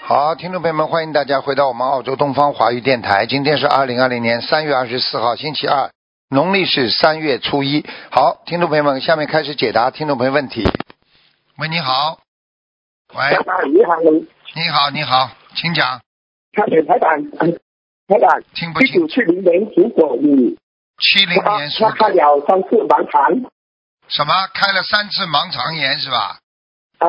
好，听众朋友们，欢迎大家回到我们澳洲东方华语电台。今天是二零二零年三月二十四号，星期二，农历是三月初一。好，听众朋友们，下面开始解答听众朋友问题。喂，你好。喂，你好，你好，你好，请讲，看见台长，台长，听不一九清。七零年属狗女，七零她年属她狗开，了三次盲肠什么？开了三次盲肠炎是吧啊，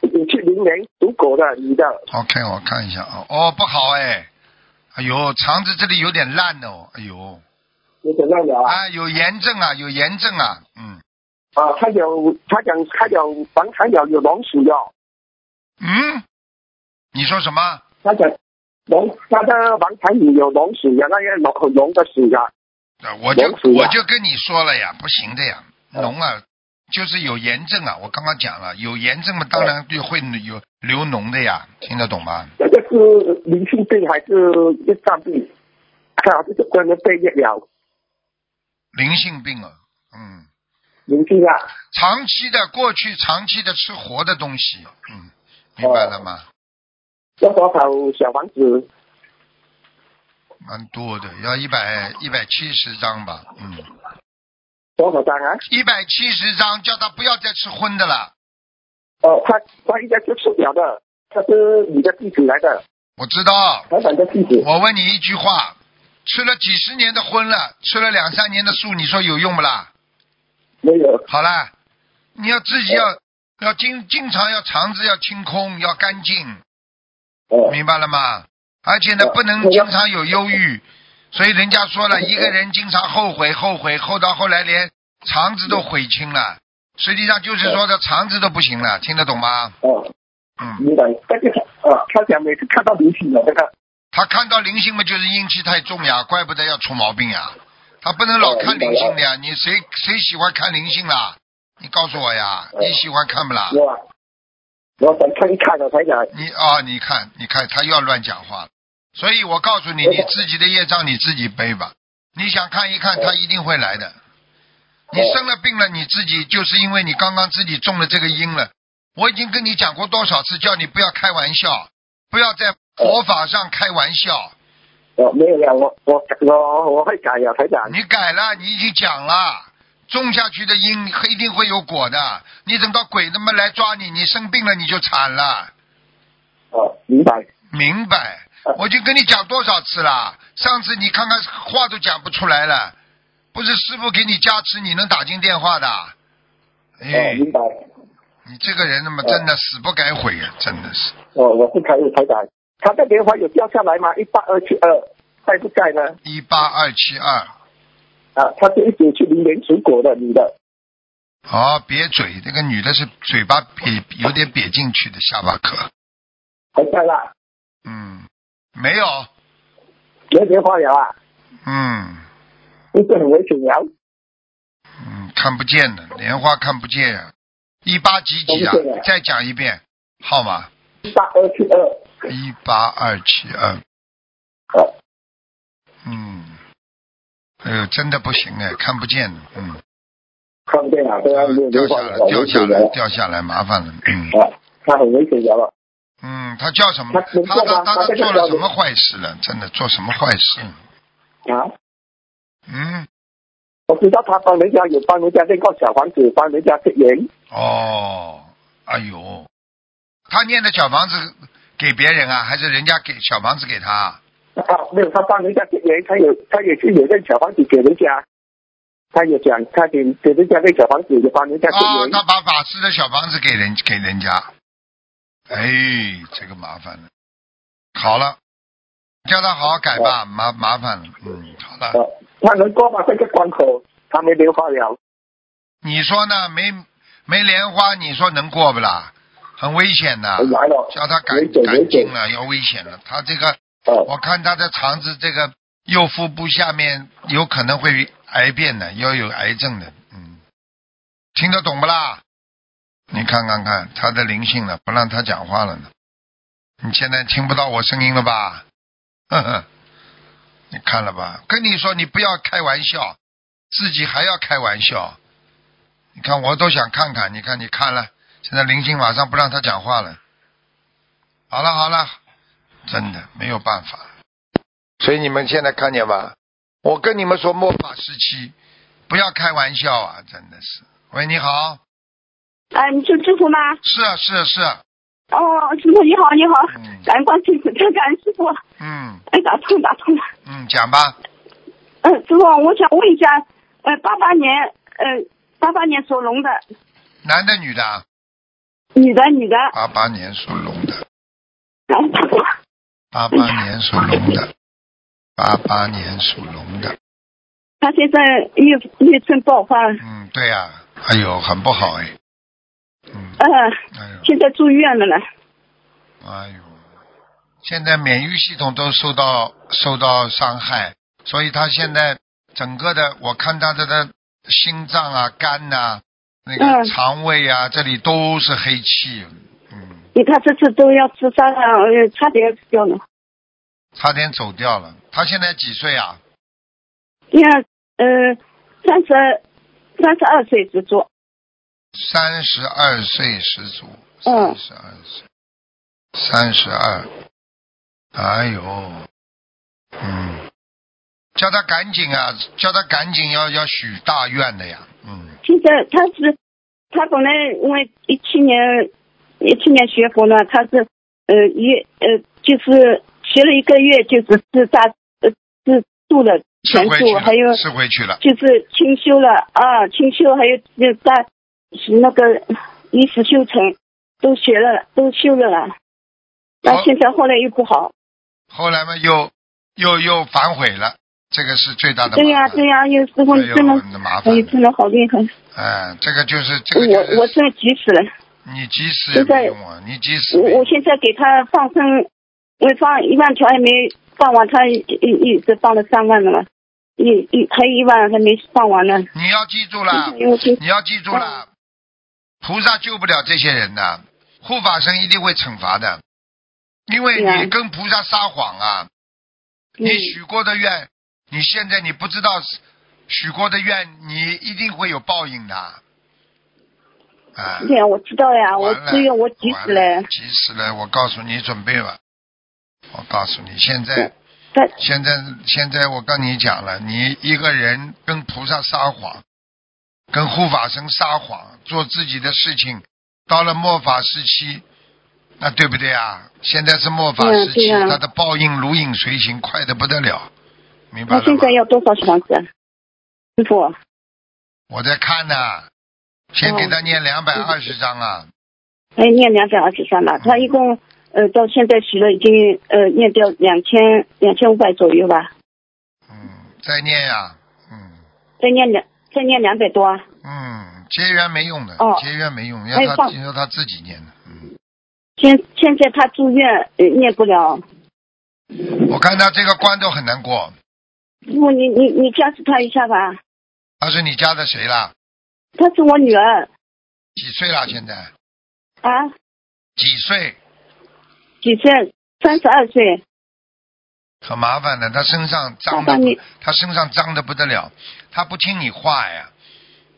一九七零年属狗的女的， ？OK，我看一下哦，哦，不好哎，哎呦，肠子这里有点烂哦，哎呦，你怎么样了啊？啊，有炎症啊，有炎症啊，嗯，啊，她有她讲她有盲肠有有龙鼠药，嗯，你说什么？她讲龙她的盲肠里有龙鼠药，那个龙很龙的鼠药，呃我就龙鼠呀我就跟你说了呀，不行的呀，脓啊，就是有炎症啊，我刚刚讲了，有炎症嘛，当然就会有流脓的呀，听得懂吗？这个是灵性病还是一脏病？啊，这个关人被业了，灵性病啊，嗯，灵性啊，长期的过去长期的吃活的东西，嗯，明白了吗？要多少小房子？蛮多的，要一百一百七十张吧，嗯，多少张啊？一百七十张，叫他不要再吃荤的了。哦，他他应该是受不了的，他是你的弟子来的，我知道，台长的弟子。我问你一句话，吃了几十年的荤了，吃了两三年的素，你说有用不啦？没有，好啦，你要自己要要经经常要肠子要清空，要干净，哦，明白了吗？而且呢，嗯不能经常有忧郁。所以人家说了，一个人经常后悔，后悔，后到后来连肠子都悔青了。实际上就是说，这肠子都不行了，听得懂吗？哦，嗯，明白。但是他啊，他讲每次看到灵体了，那个他看到灵性嘛，就是阴气太重呀，怪不得要出毛病呀。他不能老看灵性的呀，你谁谁喜欢看灵性啦？你告诉我呀，你喜欢看不啦？我我想看一看啊，台长。你啊、你看，你看，他又要乱讲话了。所以我告诉你，你自己的业障你自己背吧。你想看一看，他一定会来的。你生了病了，你自己就是因为你刚刚自己中了这个因了。我已经跟你讲过多少次，叫你不要开玩笑，不要在佛法上开玩笑。哦，没有了，我我我我会改啊，台长。你改了，你已经讲了，种下去的因一定会有果的。你等到鬼他妈来抓你，你生病了你就惨了。哦，明白。明白，呃我就跟你讲多少次啦，上次你看看话都讲不出来了，不是师傅给你加持，你能打进电话的？哦，哎，明白。呃你这个人他妈真的死不改悔啊，真的是哦，我是台台长。他的莲花有掉下来吗？一八二七二，在不在呢？一八二七二。啊，他是一九七零年属狗的女的。哦，瘪嘴，这个女的是嘴巴瘪，有点瘪进去的下巴颏。还在啦，嗯，没有，没莲花了啊，嗯不是很危险了。嗯，看不见的，莲花看不见啊。一八几几啊看不见的？再讲一遍号码，一八二七二，一八二七二。呃，嗯，哎呦，真的不行哎，看不见的，嗯，看不见啊，对啊，没有掉没下法来，了，掉危下险来，了，掉下来，麻烦了，嗯啊，他很危险了，嗯，他叫什么他？能他做他吗他他他在做这了条什路么坏事了？真的做什么坏事？啊，嗯，我知道他帮人家有帮人家那个小房子，帮人家结缘，哦，哎呦，他念的小房子给别人啊，还是人家给小房子给他？啊，没有，他帮人家结缘，他有他也是有那小房子给人家，他也讲他给给人家那小房子也帮人家 结哦，缘，他把法师的小房子给人给人家，哎，这个麻烦了。好了，叫他好好改吧，麻麻烦了，嗯，好了。呃，他能过吗？这个关口，他没莲花了，你说呢？没没莲花，你说能过不啦？很危险的，来了，叫他赶危险赶危紧险，了，要危险了。他这个，呃，我看他的肠子这个右腹部下面有可能会癌变的，要有癌症的。嗯，听得懂不啦？你看看看，他的灵性了，不让他讲话了呢。你现在听不到我声音了吧？ 呵呵，你看了吧？跟你说，你不要开玩笑，自己还要开玩笑。你看，我都想看看。你看，你看了，现在灵性马上不让他讲话了。好了好了，真的没有办法。所以你们现在看见吧，我跟你们说，末法时期，不要开玩笑啊！真的是。喂，你好，哎，你是知乎吗？是啊是啊是啊，哦，师傅你好，你好，嗯感恩关心，感恩师傅，嗯哎，打通打通了。嗯，讲吧。嗯，师傅，我想问一下，呃，八八年，呃，八八年属龙的男的女的啊？女的，女的，八八年属龙的，感恩师傅。八八年属龙的，八八年属龙的。她现在抑郁症爆发，嗯、嗯，对呀、哎呦，很不好哎。嗯，哎呦，现在住院了呢。哎呦，现在免疫系统都受到受到伤害，所以他现在整个的，我看他的的心脏啊、肝呐、那个嗯肠胃啊，这里都是黑气，嗯，你看这次都要自杀了，呃差点掉了。差点走掉了。他现在几岁啊？你看，呃，三十，三十二岁之作。三十二岁十足，嗯三十二岁，三十二，哎呦，嗯，叫他赶紧啊，叫他赶紧要要许大愿的呀，嗯现在他是，他本来因为一七年，一七年学佛呢，他是呃一呃就是学了一个月，就是自大呃自助了是全回去助，了还有是回去了，就是清修了啊，清修还有就大是那个衣食修成都学了，都修了啦。好那现在后来又不好，后来嘛又又又反悔了，这个是最大的麻烦，对呀、对呀、有时候哎你呦真的，麻哎烦呦，，真的好厉害，哎，这个就是这个就是我我真的急死了。你急死也现在没用啊，你急死没我用我现在给他放生，我放一万条还没放完，他一一一直放了三万了嘛，一一还有一万还没放完呢。你要记住了，因为今你要记住嗯了，菩萨救不了这些人的，护法神一定会惩罚的，因为对啊嗯你跟菩萨撒谎啊，你许过的愿，你现在你不知道许过的愿，你一定会有报应的，啊嗯，，对呀，我知道呀，我完了这个我急死完了。急死了！我告诉你，准备吧，我告诉你，现在对但现在现在我跟你讲了，你一个人跟菩萨撒谎，跟护法神撒谎，做自己的事情，到了末法时期，那对不对啊？现在是末法对呀时期，嗯对呀啊他的报应如影随形，快得不得了，明白那了现吗在？要多少小房子啊？师傅，我在看呢、先给他念两百二嗯十章啊，还念两百二十三吧。他一共呃到现在许了已经呃念掉两千两千五百左右吧，嗯，再念呀、嗯。再念两再念两百多啊。嗯，结缘没用的，哦结缘没用，哎要他放要他自己念的。嗯，现现在他住院、呃、念不了，我看他这个关都很难过。师傅你你你加持他一下吧。他是你家的谁啦？她是我女儿几岁嗯啦？现在啊，几岁？几岁？三十二岁。很麻烦的，他身上脏的爸爸你，他身上脏的不得了，他不听你话呀。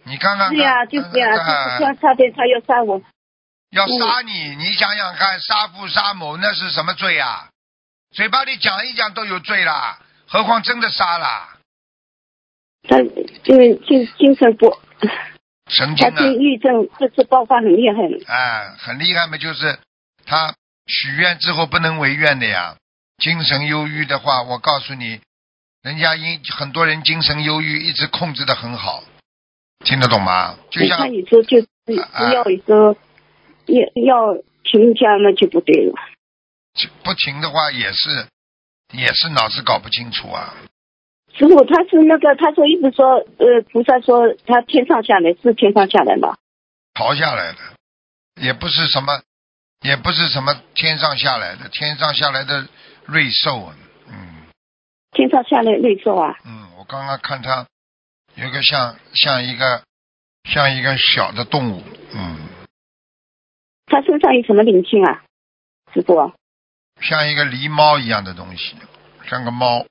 你看看看，是呀、就是呀、看看就是嗯差点她要杀我。呃要杀你，你想想看，杀父杀母那是什么罪呀、嘴巴里讲一讲都有罪啦，何况真的杀啦？她嗯，精精神不，神经她啊！这抑郁症这次爆发很厉害的。哎，很厉害嘛，就是他许愿之后不能违愿的呀。精神忧郁的话，我告诉你，人家因很多人精神忧郁一直控制的很好，听得懂吗？就你像看有时候就是嗯要有时候要要停一下，那就不对了。不停的话也是也是脑子搞不清楚啊。师傅，他是那个，他说一直说，呃，菩萨说他天上下来是天上下来吗？逃下来的，也不是什么，也不是什么天上下来的，天上下来的瑞兽啊，嗯。天上下来内受啊，嗯，我刚刚看他有一个像像一个像一个小的动物，嗯，他身上有什么灵性啊？师啊傅，像一个狸猫一样的东西，像个猫，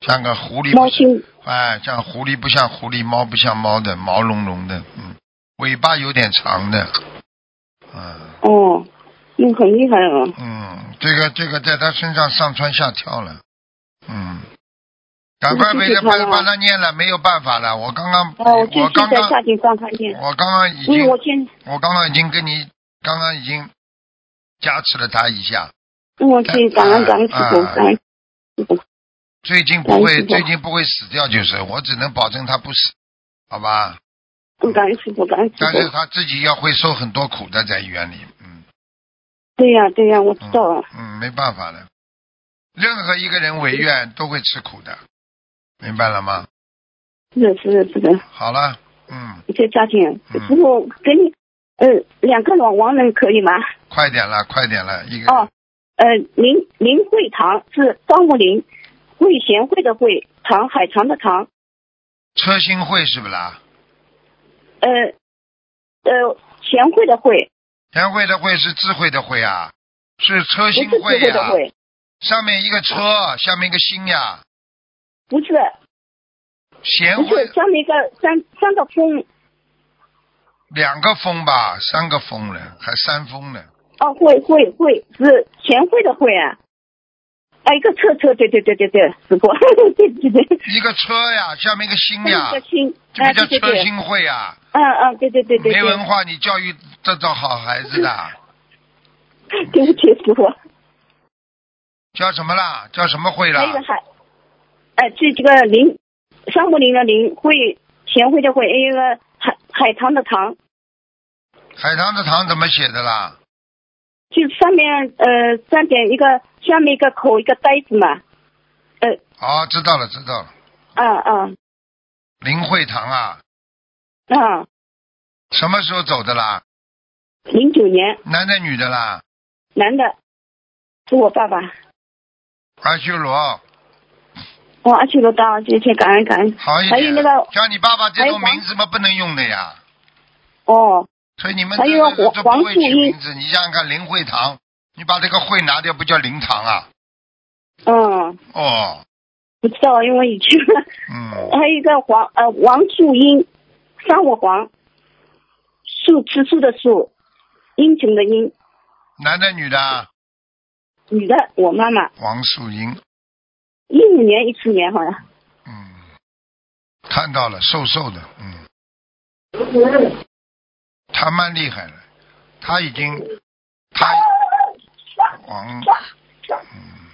像个狐狸猫不像，星哎，像狐狸不像狐狸，猫不像猫的，毛茸茸的，嗯，尾巴有点长的，嗯哦，嗯，很厉害哦。嗯，这个这个在他身上上蹿下跳了，嗯，赶快被谢他谢他帮了帮他念了，没有办法了。我刚刚哦，我就哎我现刚在刚下去帮他念，我刚刚已因经嗯为我现我刚刚已经跟你刚刚已经加持了他一下，我去感呃恩感恩师傅，感恩师傅，最近不感会恩师父最近不会死掉，就是我只能保证他不死，好吧？嗯感恩师傅，感恩师但是傅。他自己要会受很多苦的，在医院里，嗯。对呀、对呀、我知道嗯啊。，嗯，没办法的，任何一个人违愿都会吃苦的，明白了吗？是的，是的，是的，好了，嗯，这家庭嗯。师傅给你，呃，两个老亡人可以吗？快点了，快点了，一个人哦，呃，林林惠堂是张木林，慧贤惠的惠，堂海棠的堂，车新会是不啦？呃，呃，贤惠的惠，贤惠的惠是智慧的慧啊，是车不是新智会慧呀、的慧，上面一个车，下面一个心呀、不是，贤不是惠像那个三三个风，两个风吧，三个风了，还三风呢。哦，惠惠惠是贤惠的惠啊，啊，一个车车，对对对对对，师傅， 对对对，一个车呀，下面一个心还嗯呀有一，个心，这啊，不叫对对车对，新会呀、嗯嗯，对对对对没对。文化，你教育得到好孩子的。 对不起，师傅，叫什么啦？叫什么会啦还有？个海，呃，这这个林，山木林的林，会贤惠的惠，还有一个海海棠的棠，海棠的棠怎么写的啦？就上面呃三点一个下面一个口一个呆字嘛，呃，哦，知道了，知道了。啊啊林会堂啊，啊，什么时候走的啦？零九年男的女的啦？男的，是我爸爸，阿修罗，我阿修罗大，谢谢感恩感恩，好一点。还有那个像你爸爸这种还有黄名字嘛，不能用的呀。哦，所以你们还有这黄这不会黄取素英名字。你想想看，林会堂，你把这个会拿掉，不叫灵堂啊？嗯，哦，不知道，因为已 经，嗯，还有一个黄呃王树英，三我黄，树吃素的树，英雄的英。男的女的啊？女的，我妈妈黄素英，一五年一四年好像，嗯，看到了，瘦瘦的，嗯。他蛮厉害了，他已经，他王，嗯，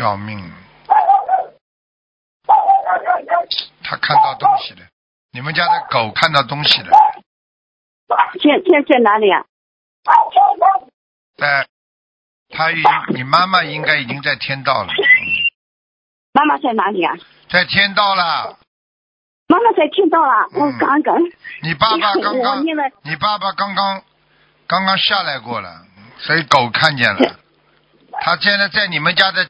要命了，他看到东西了，你们家的狗看到东西了，现现在在哪里啊？在，他已经，你妈妈应该已经在天道了，妈妈在哪里啊？在天道了，妈妈在啊听到了，嗯我感恩感恩。你爸 爸刚哎我刚，念了，你爸爸刚刚，刚刚下来过了，所以狗看见了。他现在在你们家的，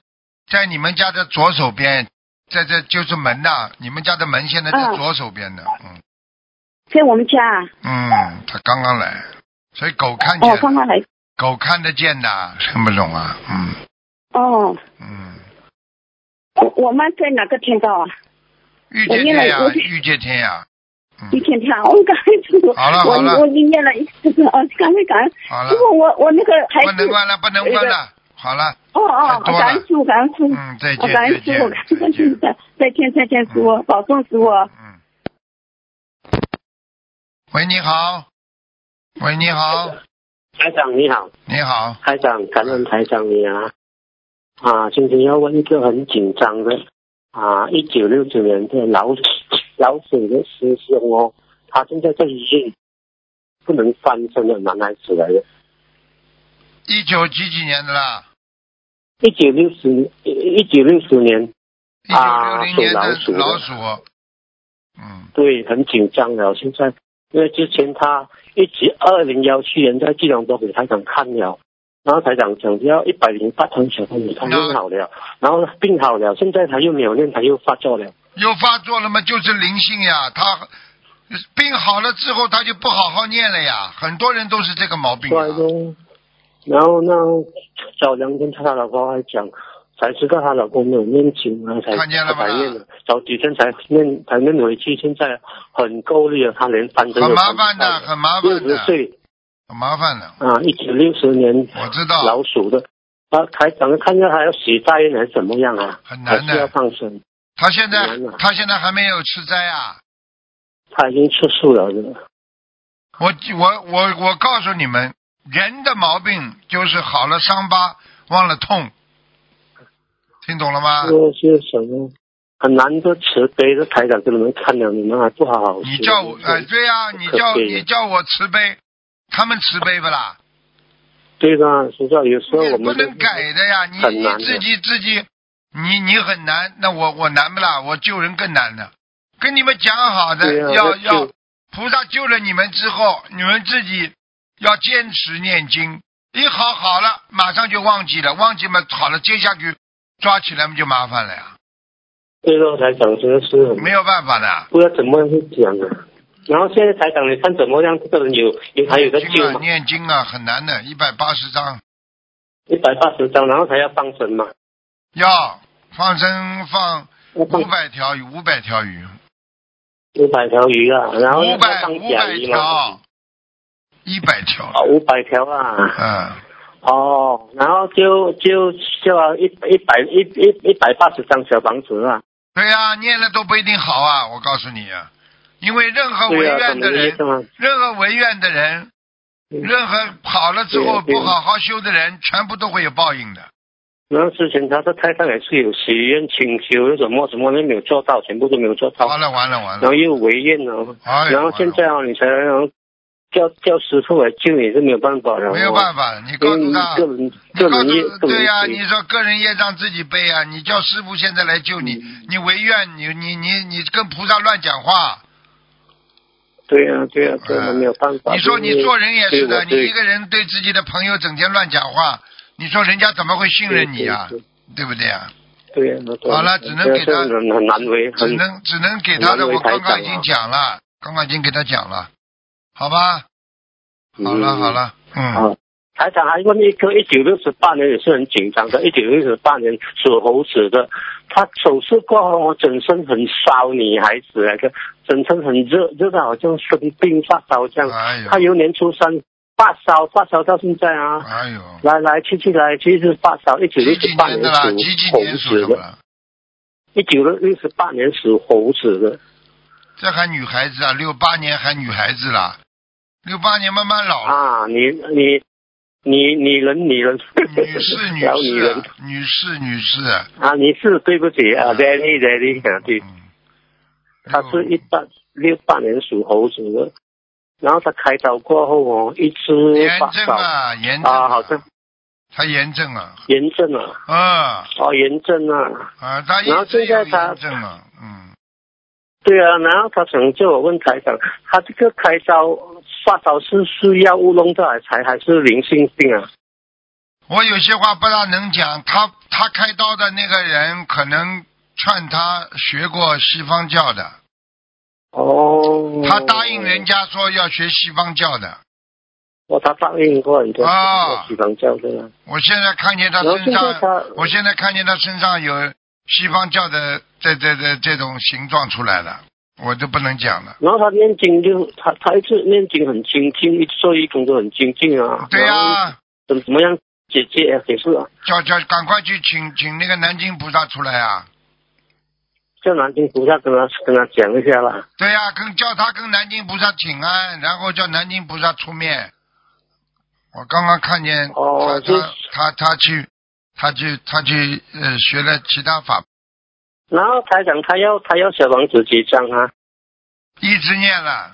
在你们家的左手边，在这就是门呐、你们家的门现在在嗯左手边呢。嗯在我们家啊，嗯，他刚刚来，所以狗看见哦，了，刚刚来，狗看得见的，听不懂啊？嗯哦，嗯，我我妈在哪个听到啊？遇见天呀、我念了我遇见天呀、一嗯，天天啊，我感恩师傅，好了好了我我念了一次，哦，感恩感恩。好了师，傅，我我那个还不能是，关了，不能关了，好了，哦太哦，多了感恩师傅，感恩师傅，嗯，再我见，感再恩师见傅，再感，恩见师。傅，再见再见，师傅，保重师傅。嗯。喂，你好。喂，你好，台长你好，你好，台长，感恩台长你啊。啊，今天要问一个很紧张的啊，一九六九年的老老水的师兄哦，他现在在医院，不能翻身的男孩子来的。一九几几年的啦？一九六十一九六十年，一九六零年啊的属老老鼠。嗯，对，很紧张了。现在因为之前他一直二零幺七年在吉隆坡给台长看了，然后台长讲要一百零八张小朋友，他那弄好了，然后病好了，现在他又没有念，他又发作了。又发作了吗？就是灵性呀，他病好了之后，他就不好好念了呀。很多人都是这个毛病啊对呀。咯，然后呢，早两天她老公还讲，才知道她老公没有念经啊，才看见了吧才念了，早几天才念才念回去，现在很够力了，她连翻身都很麻翻不烦的，到了很麻六烦十的，岁，很麻烦的。啊，一九六十年我知道老鼠的。啊，台长，看一下还要许大愿还是怎么样啊？很难的还是要放生。他现在很难啊他现在还没有吃斋啊！他已经吃素了，是吧我我我我告诉你们，人的毛病就是好了伤疤忘了痛，听懂了吗？这是什么？很难得慈悲的台长给你们看了，你们还不好好修。你叫我哎、对呀、你可叫悲你叫我慈悲，他们慈悲不啦？对啦，学校有时候我你们不都能改的呀，你很你难的自己自己，你你很难，那我我难不啦？我救人更难的，跟你们讲好对的，呀要那就要菩萨救了你们之后，你们自己要坚持念经，一好好了，马上就忘记了，忘记嘛好了，接下去抓起来嘛就麻烦了呀，对咯，台长真的是很没有办法的，不知道怎么样去讲啊。然后现在台长，你看怎么样？这个人有有还有个经救啊嘛？念经啊很难的，一百八十章。一百八十张，然后还要放生嘛？要放生放要放五百条鱼，五百条鱼，五百条鱼啊，然后要五百放五甲百鱼嘛？条，一百条，啊，五百条啊！嗯，哦，然后就就就要一一百一一一百八十张小房子啊！对呀、念了都不一定好啊，我告诉你啊，因为任何违对啊，愿怎的么意人，思吗？任何违愿的人，嗯任何跑了之后对啊对啊不好好修的人，全部都会有报应的。然后之前他在台上也是有许愿请求什么什么都没有做到，全部都没有做到，完了完了完然了后，又违愿哦了，哎呀然后现在啊，你才能叫叫师傅来救你是没有办法的，没有办法，你告因为诉你他，个人你个告诉嗯人业个人对呀、业你说个人业障自己背啊，你叫师傅现在来救你，嗯你违愿，你你你你跟菩萨乱讲话，对呀对呀，根哎本没有办法。你说因你为做人也是的，啊对你我对一个人对自己的朋友整天乱讲话，你说人家怎么会信任你啊？对对不对啊？对呀，我懂好了只能给他这样人很难为，只很能只能给他的，难为我刚台刚长啊已经讲了，刚刚已经给他讲了，好吧？好了嗯好了，嗯，啊。台长还问一个一九六十八年也是很紧张的，一九六十八年属猴子的，他手术过后整身很烧，女孩子来的，整身很热，热的好像生病发烧这样。哎呦他由年初三发烧，发烧到现在啊，哎呦，来来去去来去是发烧，一九六几十几八年的啦？属几几猴年属子什么的，了？一九六十八年属猴子的，这还女孩子啊？六八年还女孩子啦？六八年慢慢老了，啊，你你你你人你人，女士女聊女士人啊女士女士啊，啊，你是对不起啊嗯，Danny Danny 啊，对，嗯，哎他是一八六八年属猴子的，然后他开刀过后哦，一直炎发症烧啊，炎症啊，好像他炎症啊，炎症啊，啊哦，炎症啊，啊，他一然后直现在有他炎症啊，嗯，对啊，然后他想叫我问台长，他这个开刀发烧是是药物弄的才还是灵性病啊？我有些话不大能讲，他他开刀的那个人可能劝他学过西方教的，哦，他答应人家说要学西方教的，哦，他答应过很多啊地方教的啊。我现在看见他然后身现在上，他我现在看见他身上有西方教的这这这这种形状出来了，我就不能讲了。然后他念经就他他一直念经很精进，一直做义工都很精进啊。对呀、然后怎怎么样姐姐也是啊，叫叫赶快去请请那个南京菩萨出来啊！叫南京菩萨跟他跟他讲一下啦。对呀、跟叫他跟南京菩萨请安，然后叫南京菩萨出面。我刚刚看见他、哦就他他他去他去他去呃学了其他法，然后台长他要他要小房子几张啊？一直念了。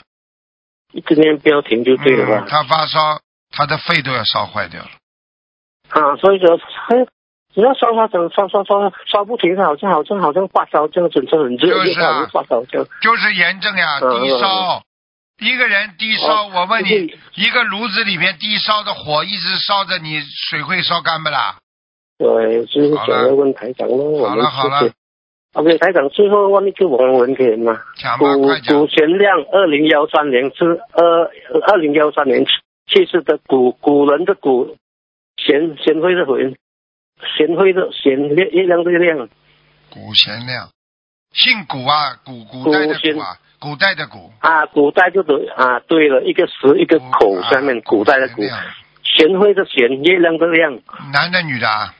一直念不要停就对了吧嗯，？他发烧，他的肺都要烧坏掉了。啊，所以说他只要烧烧烧烧烧烧烧不停，好像好像好像发烧这样，整个很热，就是啊好像发烧这样。就是炎症呀，嗯低烧。一个人低烧，哦我问你就是，一个炉子里面低烧的火一直烧着你，水会烧干不啦？对，就是想要问台长咯，我好们了好谢了谢。，OK，台长，最后问一句我们文田嘛，讲吧，古快讲。古玄亮，二零幺三年是二二零幺三年去世的古古人的古，贤贤惠的贤，贤惠的贤，月月亮的亮，古贤亮，姓古啊，古古代的古啊，古代的古，啊，古代就是啊，对了，一个石一个口啊下面，古代的古这，样贤惠的贤，月亮的亮，男的女的啊？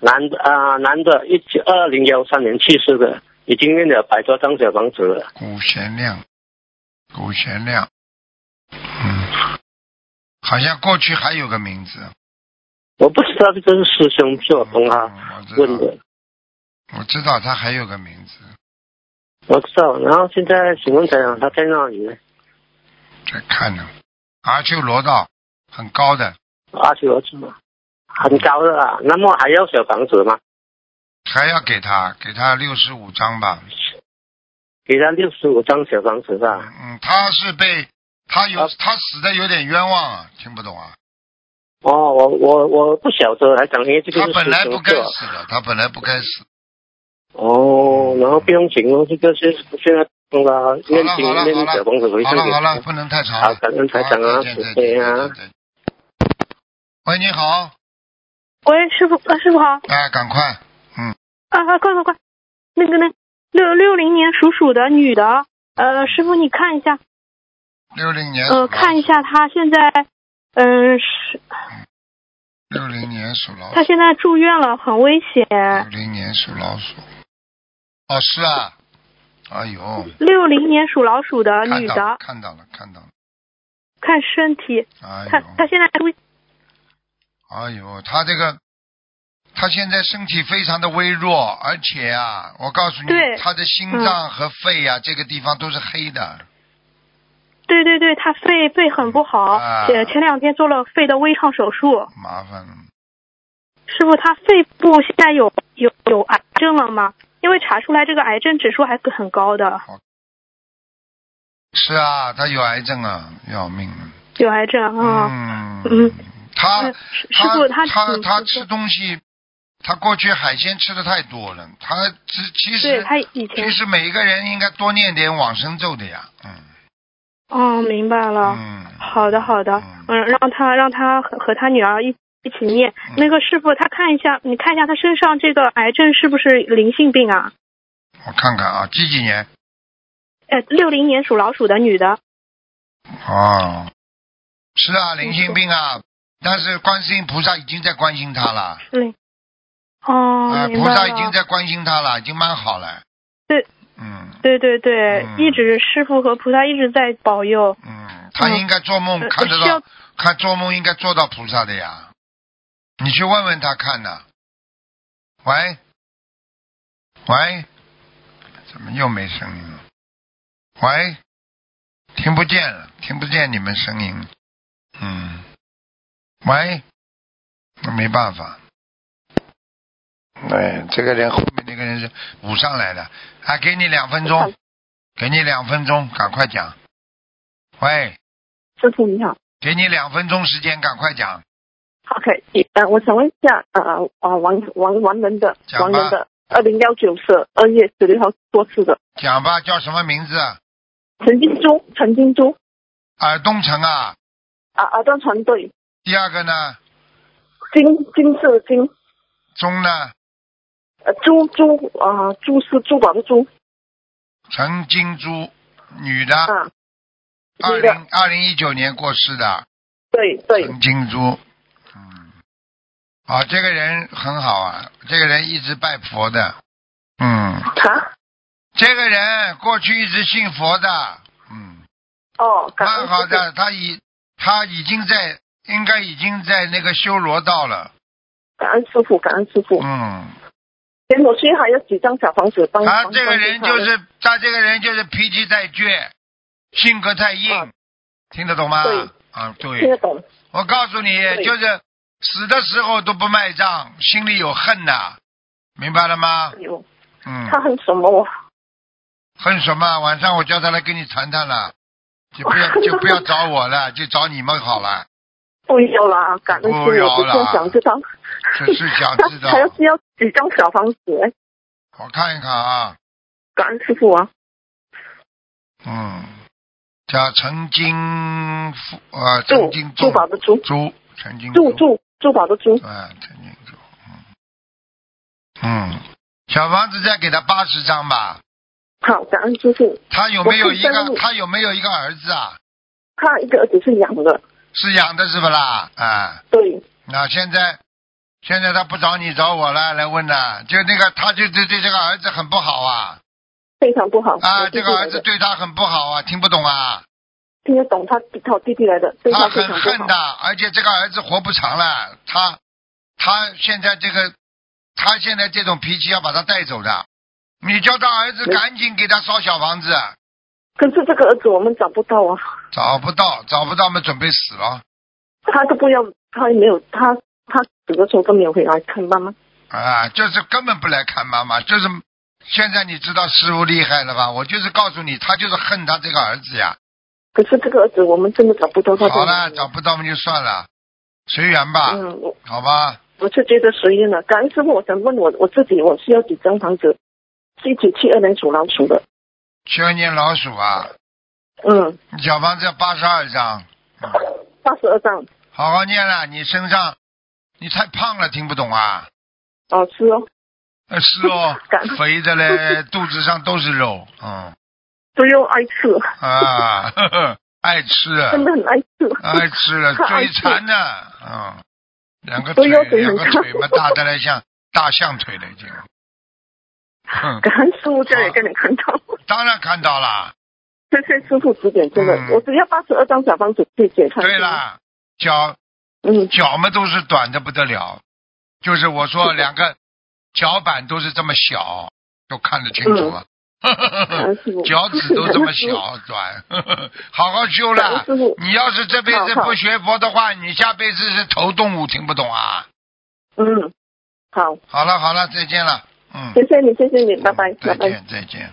男的啊，男的，一九二零幺三年去世的，已经念了百多张小房子了。古贤亮，古贤亮，嗯，好像过去还有个名字。我不知道这个是师兄做帮他嗯我问知道，的，我知道他还有个名字，我知道。然后现在请问台长他在哪里呢？在看呢。阿修罗道很高的，阿修罗是吗？啊很高的啊，那么还要小房子吗？还要给他给他六十五张吧。给他六十五张小房子吧。嗯，他是被他有啊他死的有点冤枉啊，听不懂啊。哦，我我我不晓得，还长因为这个他是本师来不兄该做。死的，他本来不该死。哦，然后不用紧哦，这个是现在帮他好念了经好了念好了小房子回好了向给好了，他。不能太长好，了。感恩台好长啊，再谢见再谢见啊再。见。喂，你好，喂，师傅，啊，师傅好，哎，赶快，嗯，啊，啊快快快，那个那六六零年属鼠的女的，呃，师傅你看一下，六零年属老呃，看一下她现在，嗯、是六零年属老她鼠，现在住院了，很危六险。零年属老鼠。哦，是啊，哎呦，六零年属老鼠的看啊女到了的，看到了看到了，看身体，哎看她呦，现在住，哎呦，他这个，他现在身体非常的微弱，而且啊，我告诉你对，嗯他的心脏和肺啊，这个地方都是黑的，对对对，她肺肺很不好，啊前前两天做了肺的微创手术。麻烦了。师傅，她肺部现在有有有癌症了吗？因为查出来这个癌症指数还很高的，是啊，他有癌症啊，要命了。有癌症啊。嗯嗯他师师他傅他他挺他吃东西，他过去海鲜吃的太多了，他其其对实他以其前实每一个人应该多念点往生咒的呀，嗯哦，明白了。嗯，好的好的，嗯，嗯，让他让他和和他女儿一一起念。嗯那个师傅，他看一下，你看一下他身上这个癌症是不是灵性病啊？我看看啊，几几年呃，六零年属老鼠的女的。哦，是嗯啊，灵性病啊，但是观世音菩萨已经在关心他了，嗯。哦啊，，明菩白萨已经了。在关心他了，已经蛮好了，对，嗯对对对，嗯一直师傅和菩萨一直在保佑。嗯，他嗯应该做梦呃看得需要到，看做梦应该做到菩萨的呀。你去问问他看呐。喂，喂，怎么又没声音了？喂，听不见了，听不见你们声音了。嗯，喂，那没办法。哎，这个人后面那个人是补上来的，还给你两分钟，给你两分钟，赶快讲。喂，师傅你好给你两分钟时间，赶快讲。 ，OK，呃，我想问一下，呃啊，王王王仁的讲吧王仁的，二零幺九是二月十六号过世的，讲吧，叫什么名字？啊陈金珠，陈金珠，耳东城啊。啊啊，段船队，第二个呢，金金是金，钟呢，呃，珠珠啊，珠是珠宝的珠，陈金珠，女的，啊，二女的零二零一九年过世的对对，陈金珠。嗯，啊，这个人很好啊，这个人一直拜佛的。嗯，他这个人过去一直信佛的。嗯。哦，感恩蛮好师父，的，他已他已经在应该已经在那个修罗道了，感恩师傅，感恩师傅。嗯，连我去还有几张小房子帮他帮这个帮人他就是他这个人就是脾气太倔，性格太啊硬，听得懂吗对？啊，听得对，懂，我告诉你，就是死的时候都不卖账，心里有恨呐、明白了吗？有嗯，他很什么我？恨什么？晚上我叫他来跟你谈谈了，就不要就不要找我了，就找你们好了，不要啦，感恩师傅，不要我啦就是想知道，只是想他啊知道 还。要需要几张小房子？我看一看啊，感恩师傅啊，嗯，叫陈金富呃，珠陈金珠宝的珠，珠，陈金珠珠珠宝的珠，啊，陈金珠，嗯，嗯，小房子再给他八十张吧，好，感恩师傅。他有没有一我个不生他有没有一个儿子啊？他一个儿子是养的，是养的是不啦？啊，对，那现在现在他不找你找我了，来问了，就那个他就对对这个儿子很不好啊非常不好。啊，我这弟弟个来儿的子对他很不好啊，听不懂啊，听得懂他他弟弟来的，对他非很常不恨好。的，而且这个儿子活不长了，他他现在这个他现在这种脾气要把他带走的，你叫他儿子没赶紧给他烧小房子，可是这个儿子我们找不到啊，找不到找不到嘛，准备死了。他都不要，他也没有，他他死的时候都没有回来看妈妈。啊，就是根本不来看妈妈，就是现在你知道师傅厉害了吧？我就是告诉你，他就是恨他这个儿子呀。可是这个儿子我们真的找不到他在好哪了，里。找不到嘛就算了，随缘吧，嗯，我好吧？我是觉得随缘了。感恩师傅，我想问我我自己，我需要几张房子？是一九七二年属老鼠的，去年老鼠啊，嗯，你小房子八十二张，八十二张。好好念了。你身上你太胖了，听不懂啊？哦，是哦，呃是哦 感恩，肥的嘞，肚子上都是肉，嗯都要爱吃，啊， 呵呵爱吃，真的很爱吃。爱哎吃了，太爱嘴吃馋呢，嗯，两个哎都腿，腰腿两很个长腿嘛，大的来 像大象腿了已经。哼， 感恩师傅在也跟你看到， 当然看到啦，谢谢师傅指点，真的，嗯我只要八十二张小房子，谢谢。对，啦，脚嗯，脚嘛都是短的不得了，就是我说两个脚板都是这么小，都看得清楚啊。感 恩嗯哎师傅，脚趾都这么 小短， 好好修感啦哎恩。师傅，你要是这辈子好好不学佛的话，你下辈子是头动物，听不懂啊？嗯，好，好了好了，再见了，嗯。谢谢你，谢谢你，拜拜，拜再拜。见，再见。